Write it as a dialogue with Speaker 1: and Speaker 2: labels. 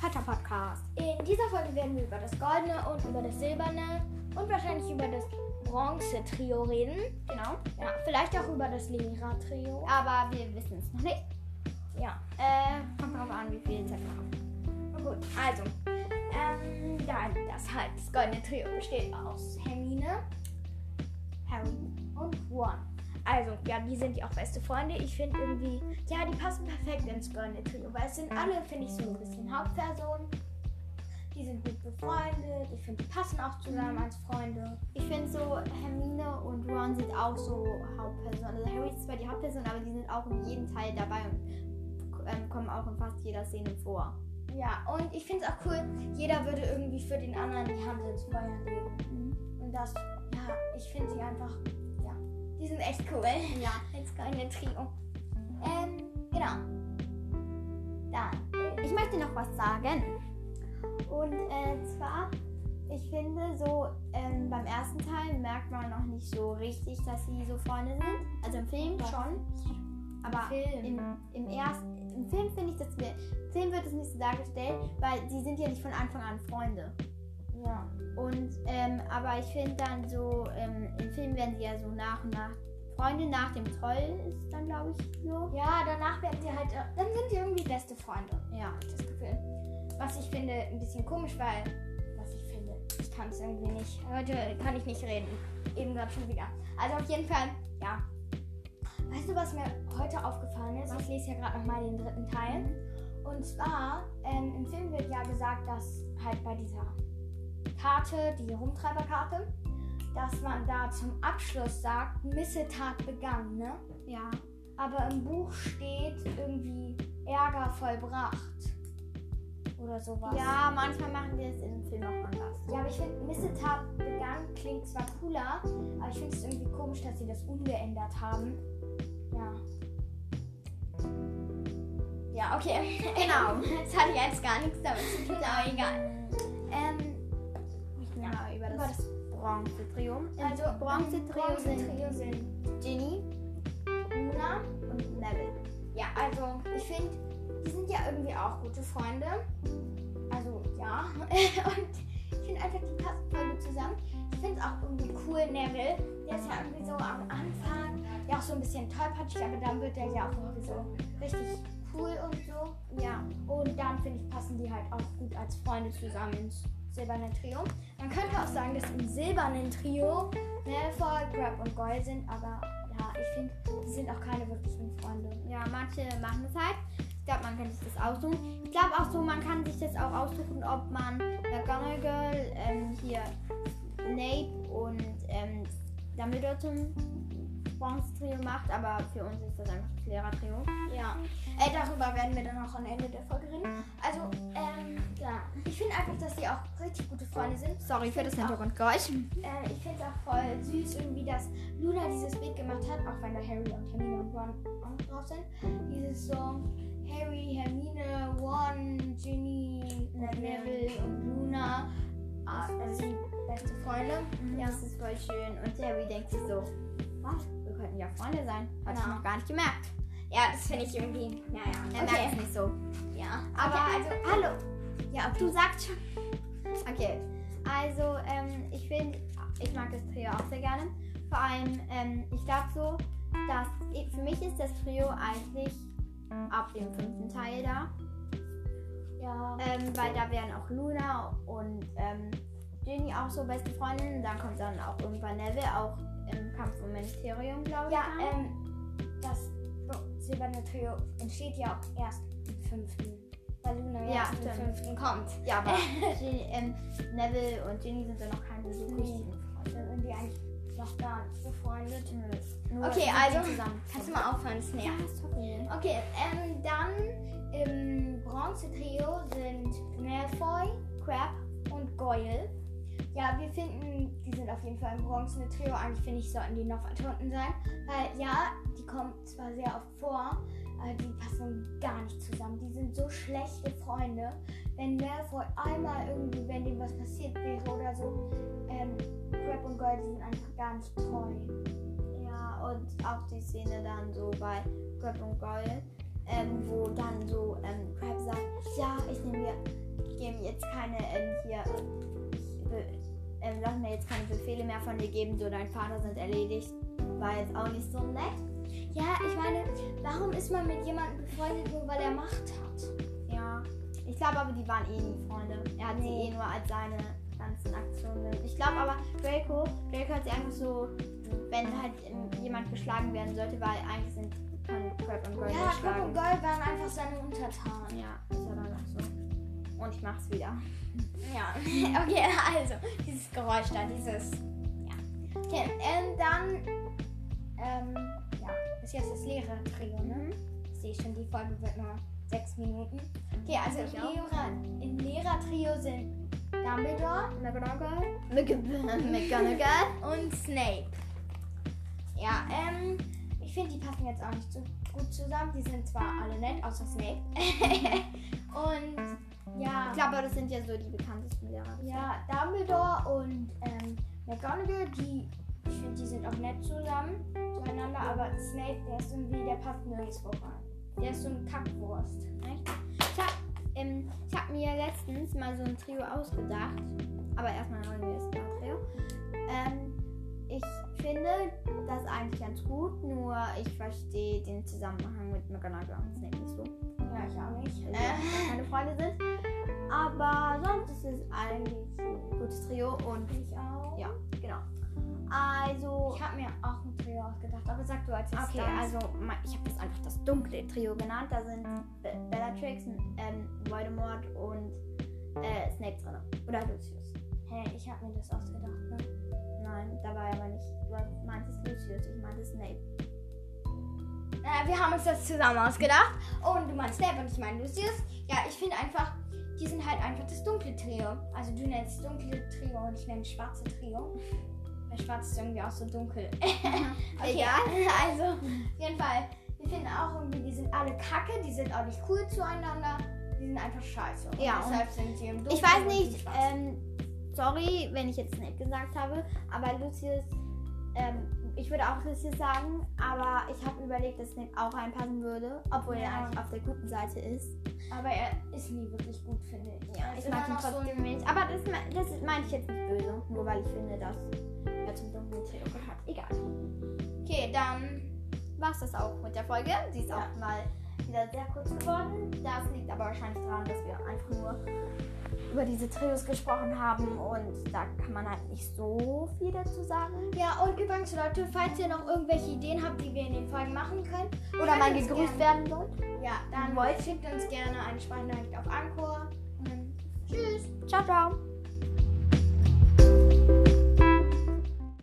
Speaker 1: Potter Podcast.
Speaker 2: In dieser Folge werden wir über das goldene und über das silberne und wahrscheinlich über das Bronze-Trio reden.
Speaker 1: Genau.
Speaker 2: Ja, vielleicht auch über das Lehrer-Trio.
Speaker 1: Aber wir wissen es noch nicht.
Speaker 2: Ja.
Speaker 1: Äh, kommt drauf an, wie viel Zeit wir haben.
Speaker 2: Gut, also. Ähm, dann das halt. Das goldene Trio besteht aus Hermine, Harry und Ron. Also, ja, die sind ja auch beste Freunde. Ich finde irgendwie, ja, die passen perfekt ins goldene Trio, weil es sind alle, finde ich, so ein bisschen Hauptpersonen. Die sind gut befreundet. Ich finde, die passen auch zusammen als Freunde.
Speaker 1: Mhm. Ich finde so, Hermine und Ron sind auch so Hauptpersonen. Also Harry ist zwar die Hauptperson, aber die sind auch in jedem Teil dabei und ähm, kommen auch in fast jeder Szene vor.
Speaker 2: Ja, und ich finde es auch cool, jeder würde irgendwie für den anderen die Hand ins Feuer legen.
Speaker 1: Mhm.
Speaker 2: Und das, ja, ich finde sie einfach, ja, die sind echt cool.
Speaker 1: Ja.
Speaker 2: Jetzt goldene Trio. Ähm, genau. Dann. äh,
Speaker 1: Ich möchte noch was sagen. Und äh, zwar, ich finde so, ähm, beim ersten Teil merkt man noch nicht so richtig, dass sie so Freunde sind. Also im Film
Speaker 2: Was?
Speaker 1: schon. Aber
Speaker 2: Film.
Speaker 1: Im, im ersten, im Film finde ich, dass wir, im Film wird es nicht so dargestellt, weil die sind ja nicht von Anfang an Freunde.
Speaker 2: Ja.
Speaker 1: Und, ähm, aber ich finde dann so, ähm, im Film werden sie ja so nach und nach Freunde nach dem Zoll ist dann, glaube ich, so.
Speaker 2: Ja, danach werden sie halt, äh, dann sind sie irgendwie beste Freunde,
Speaker 1: Ja.
Speaker 2: hab ich das Gefühl. Was ich finde ein bisschen komisch, weil, was ich finde, ich kann es irgendwie nicht, heute kann ich nicht reden. Eben gerade schon wieder. Also auf jeden Fall, ja. Weißt du, was mir heute aufgefallen ist? Ich lese ja gerade nochmal den dritten Teil.
Speaker 1: Mhm.
Speaker 2: Und zwar, ähm, im Film wird ja gesagt, dass halt bei dieser Karte, die Rumtreiberkarte, dass man da zum Abschluss sagt, Missetat begangen, ne?
Speaker 1: Ja.
Speaker 2: Aber im Buch steht irgendwie Ärger vollbracht. Oder sowas.
Speaker 1: Ja, manchmal machen die es im Film auch anders.
Speaker 2: Ja, aber ich finde, Missetat begangen klingt zwar cooler, aber ich finde es irgendwie komisch, dass sie das umgeändert haben. Ja. Ja, okay. Genau. Das hatte ja jetzt gar nichts damit zu tun, aber egal. Ähm,
Speaker 1: Genau, über
Speaker 2: über
Speaker 1: das
Speaker 2: das
Speaker 1: Bronze-Trio. Im
Speaker 2: also
Speaker 1: Bronze-Trio sind
Speaker 2: Bronze-Trio sind
Speaker 1: Ginny
Speaker 2: Luna.
Speaker 1: und Neville.
Speaker 2: Ja, also ich finde, die sind ja irgendwie auch gute Freunde. Also ja. Und ich finde einfach, die passen voll gut zusammen. Ich finde es auch irgendwie cool, Neville. Der ist ja irgendwie so am Anfang, ja auch so ein bisschen tollpatschig, aber dann wird der ja auch irgendwie so richtig cool und so.
Speaker 1: Ja.
Speaker 2: Und dann finde ich, passen die halt auch gut als Freunde zusammen ins silberne Trio. Man könnte auch sagen, dass im silbernen Trio Malfoy, Crab und Goyle sind, aber ja, ich finde, die sind auch keine wirklichen Freunde.
Speaker 1: Ja, manche machen es halt. Ich glaube, man kann sich das aussuchen. Ich glaube auch so, man kann sich das auch aussuchen, ob man McGonagall, ähm, hier Snape und ähm, Dumbledore zum Bronze-Trio macht. Aber für uns ist das einfach das Lehrer-Trio.
Speaker 2: Ja, äh, darüber werden wir dann auch am Ende der Folge reden. Also, ähm, ja. Ich finde einfach, dass sie auch richtig gute Freunde sind.
Speaker 1: Sorry für das Hintergrundgeräusch.
Speaker 2: Äh, ich finde es auch voll süß, irgendwie, dass Luna dieses Bild gemacht hat, auch wenn da Harry und Hermine und Ron auch drauf sind. Dieses so Harry, Hermine, Ron, Ginny, Neville und Luna. Ah, das sind beste Freunde.
Speaker 1: Ja, das ist voll schön. Und Harry denkt sich so, was? Wir könnten ja Freunde sein. Hat ich
Speaker 2: Ja.
Speaker 1: noch gar nicht gemerkt.
Speaker 2: Ja, das finde ich irgendwie. Naja,
Speaker 1: Er merkt es nicht so.
Speaker 2: Ja,
Speaker 1: Aber
Speaker 2: aber also, hallo.
Speaker 1: Ja, ob du sagst schon. Okay. Also, ähm, ich finde, ich mag das Trio auch sehr gerne. Vor allem, ähm, ich glaube so, dass für mich ist das Trio eigentlich ab dem fünften Teil da.
Speaker 2: Ja.
Speaker 1: Ähm, weil da wären auch Luna und ähm, Ginny auch so beste Freundinnen. Dann kommt dann auch irgendwann Neville, auch im Kampf um Ministerium, glaube ich.
Speaker 2: Ja,
Speaker 1: dann.
Speaker 2: ähm, das silberne Trio entsteht ja auch erst im fünften. Weil Luna ja,
Speaker 1: Ja,
Speaker 2: erst im
Speaker 1: stimmt.
Speaker 2: fünften kommt.
Speaker 1: Ja, aber Ginny, ähm, Neville und Ginny sind ja noch keine so
Speaker 2: Nee.
Speaker 1: richtigen
Speaker 2: Dann sind die eigentlich noch gar nicht befreundet.
Speaker 1: Freunde. Nur
Speaker 2: Hm. Okay,
Speaker 1: sie sind
Speaker 2: also-
Speaker 1: Zusammen.
Speaker 2: Kannst du mal aufhören, es
Speaker 1: Ja,
Speaker 2: nervt.
Speaker 1: sorry.
Speaker 2: Okay, ähm, dann im Bronze-Trio sind Malfoy, Crab und Goyle. Ja, wir finden, die sind auf jeden Fall im Bronze-Trio. Eigentlich finde ich, sollten die noch weiter unten sein. Weil ja, die kommen zwar sehr oft vor, aber die passen gar nicht zusammen. Die sind so schlechte Freunde. Wenn Malfoy einmal irgendwie, wenn dem was passiert wäre oder so, ähm, Crab und Goyle die sind einfach gar nicht treu.
Speaker 1: Ja, und auch die Szene dann so bei Crab und Goyle, ähm, wo dann so ähm, Crab sagt, ja, ich nehme mir, ich gebe mir jetzt keine ähm, hier, ich, be- ähm, lass mir jetzt keine Befehle mehr von dir geben, so dein Vater sind erledigt, war jetzt auch nicht so nett.
Speaker 2: Ja, ich meine, warum ist man mit jemandem befreundet, nur weil er Macht hat?
Speaker 1: Ja. Ich glaube aber, die waren eh nie Freunde. Er hat
Speaker 2: Nee.
Speaker 1: sie eh nur als seine ganzen Aktionen. Ich glaube aber, Draco, Draco hat sie einfach so, wenn halt ähm, jemand geschlagen werden sollte, weil eigentlich sind kann Crab und Gold
Speaker 2: ja, Cook und
Speaker 1: geschlagen.
Speaker 2: Gold waren einfach seine Untertanen.
Speaker 1: Ja, ist ja dann auch so. Und ich mach's wieder.
Speaker 2: Ja, okay, also, dieses Geräusch da, dieses. Ja. Okay, ähm, dann. Ähm, ja, ist jetzt das Lehrer-Trio, ne? Ich sehe schon, die Folge wird nur sechs Minuten. Okay, also im
Speaker 1: Ich auch.
Speaker 2: Lehrer- im Lehrer-Trio sind Dumbledore
Speaker 1: McGonagall? McGonagall?
Speaker 2: und Snape. Ja, ähm, ich finde, die passen jetzt auch nicht so gut zusammen. Die sind zwar alle nett, außer Snape. und ja.
Speaker 1: Ich glaube, das sind ja so die bekanntesten Lehrer.
Speaker 2: Ja, Dumbledore und ähm, McGonagall, die, ich finde, die sind auch nett zusammen, zueinander, aber Snape, der ist irgendwie, der passt nirgendwo rein. Der ist so ein Kackwurst.
Speaker 1: Echt? Ich hab, ähm, ich hab mir letztens mal so ein Trio ausgedacht. Aber erstmal holen wir das Trio. Ähm, ich finde das eigentlich ganz gut, nur ich verstehe den Zusammenhang mit McGonagall und Snape nicht so.
Speaker 2: Ja, ich auch nicht.
Speaker 1: weil sie keine Freunde sind. Aber sonst ist es eigentlich ein gutes Trio und
Speaker 2: ich auch.
Speaker 1: ja, genau. Also,
Speaker 2: Ich habe mir auch ein Trio ausgedacht, aber sag du als
Speaker 1: Okay, also ma- ich habe das einfach das dunkle Trio genannt. Da sind Be Bellatrix, ähm, Voldemort und äh, Snape drin. Oder Lucius.
Speaker 2: Hä, ich habe mir das ausgedacht, ne?
Speaker 1: Nein, da war aber nicht. Du meintest Lucius, ich meinte Snape.
Speaker 2: Äh, wir haben uns das zusammen ausgedacht. Und du meinst Snape und ich meine Lucius. Ja, ich finde einfach, die sind halt einfach das dunkle Trio. Also du nennst dunkle Trio und ich nenne schwarze Trio. Weil schwarz ist irgendwie auch so dunkel.
Speaker 1: Mhm.
Speaker 2: okay,
Speaker 1: Egal.
Speaker 2: also auf jeden Fall, wir finden auch irgendwie, die sind alle kacke, die sind auch nicht cool zueinander. Die sind einfach scheiße. Und
Speaker 1: Ja,
Speaker 2: deshalb sind sie im Dunkeln.
Speaker 1: Ich
Speaker 2: und
Speaker 1: weiß
Speaker 2: im
Speaker 1: nicht,
Speaker 2: Schwarzen.
Speaker 1: ähm, sorry, wenn ich jetzt Snape gesagt habe, aber Lucius, ähm, ich würde auch Lucius sagen, aber ich habe überlegt, dass Snape auch reinpassen würde, obwohl er
Speaker 2: Ja.
Speaker 1: eigentlich auf der guten Seite ist.
Speaker 2: Aber er ist nie wirklich gut, finde ich. Er ist
Speaker 1: äh, ich
Speaker 2: immer
Speaker 1: mag ihn
Speaker 2: noch so ein-
Speaker 1: trotzdem nicht. Aber das, me- das ist- meinte ich jetzt nicht böse, nur weil ich finde, dass er zum dunklen Theo gehört. Egal.
Speaker 2: Okay, dann.
Speaker 1: War's das auch mit der Folge? Sie ist auch mal wieder sehr kurz geworden. Das liegt aber wahrscheinlich daran, dass wir einfach nur über diese Trios gesprochen haben und da kann man halt nicht so viel dazu sagen.
Speaker 2: Ja, und übrigens, Leute, falls ihr noch irgendwelche Ideen habt, die wir in den Folgen machen können,
Speaker 1: Oder
Speaker 2: schreibt
Speaker 1: mal
Speaker 2: uns
Speaker 1: gegrüßt
Speaker 2: gerne.
Speaker 1: werden soll.
Speaker 2: Ja, dann
Speaker 1: Wollt.
Speaker 2: schickt uns gerne eine Sprachnachricht auf Anchor. Und dann tschüss.
Speaker 1: Ciao, ciao.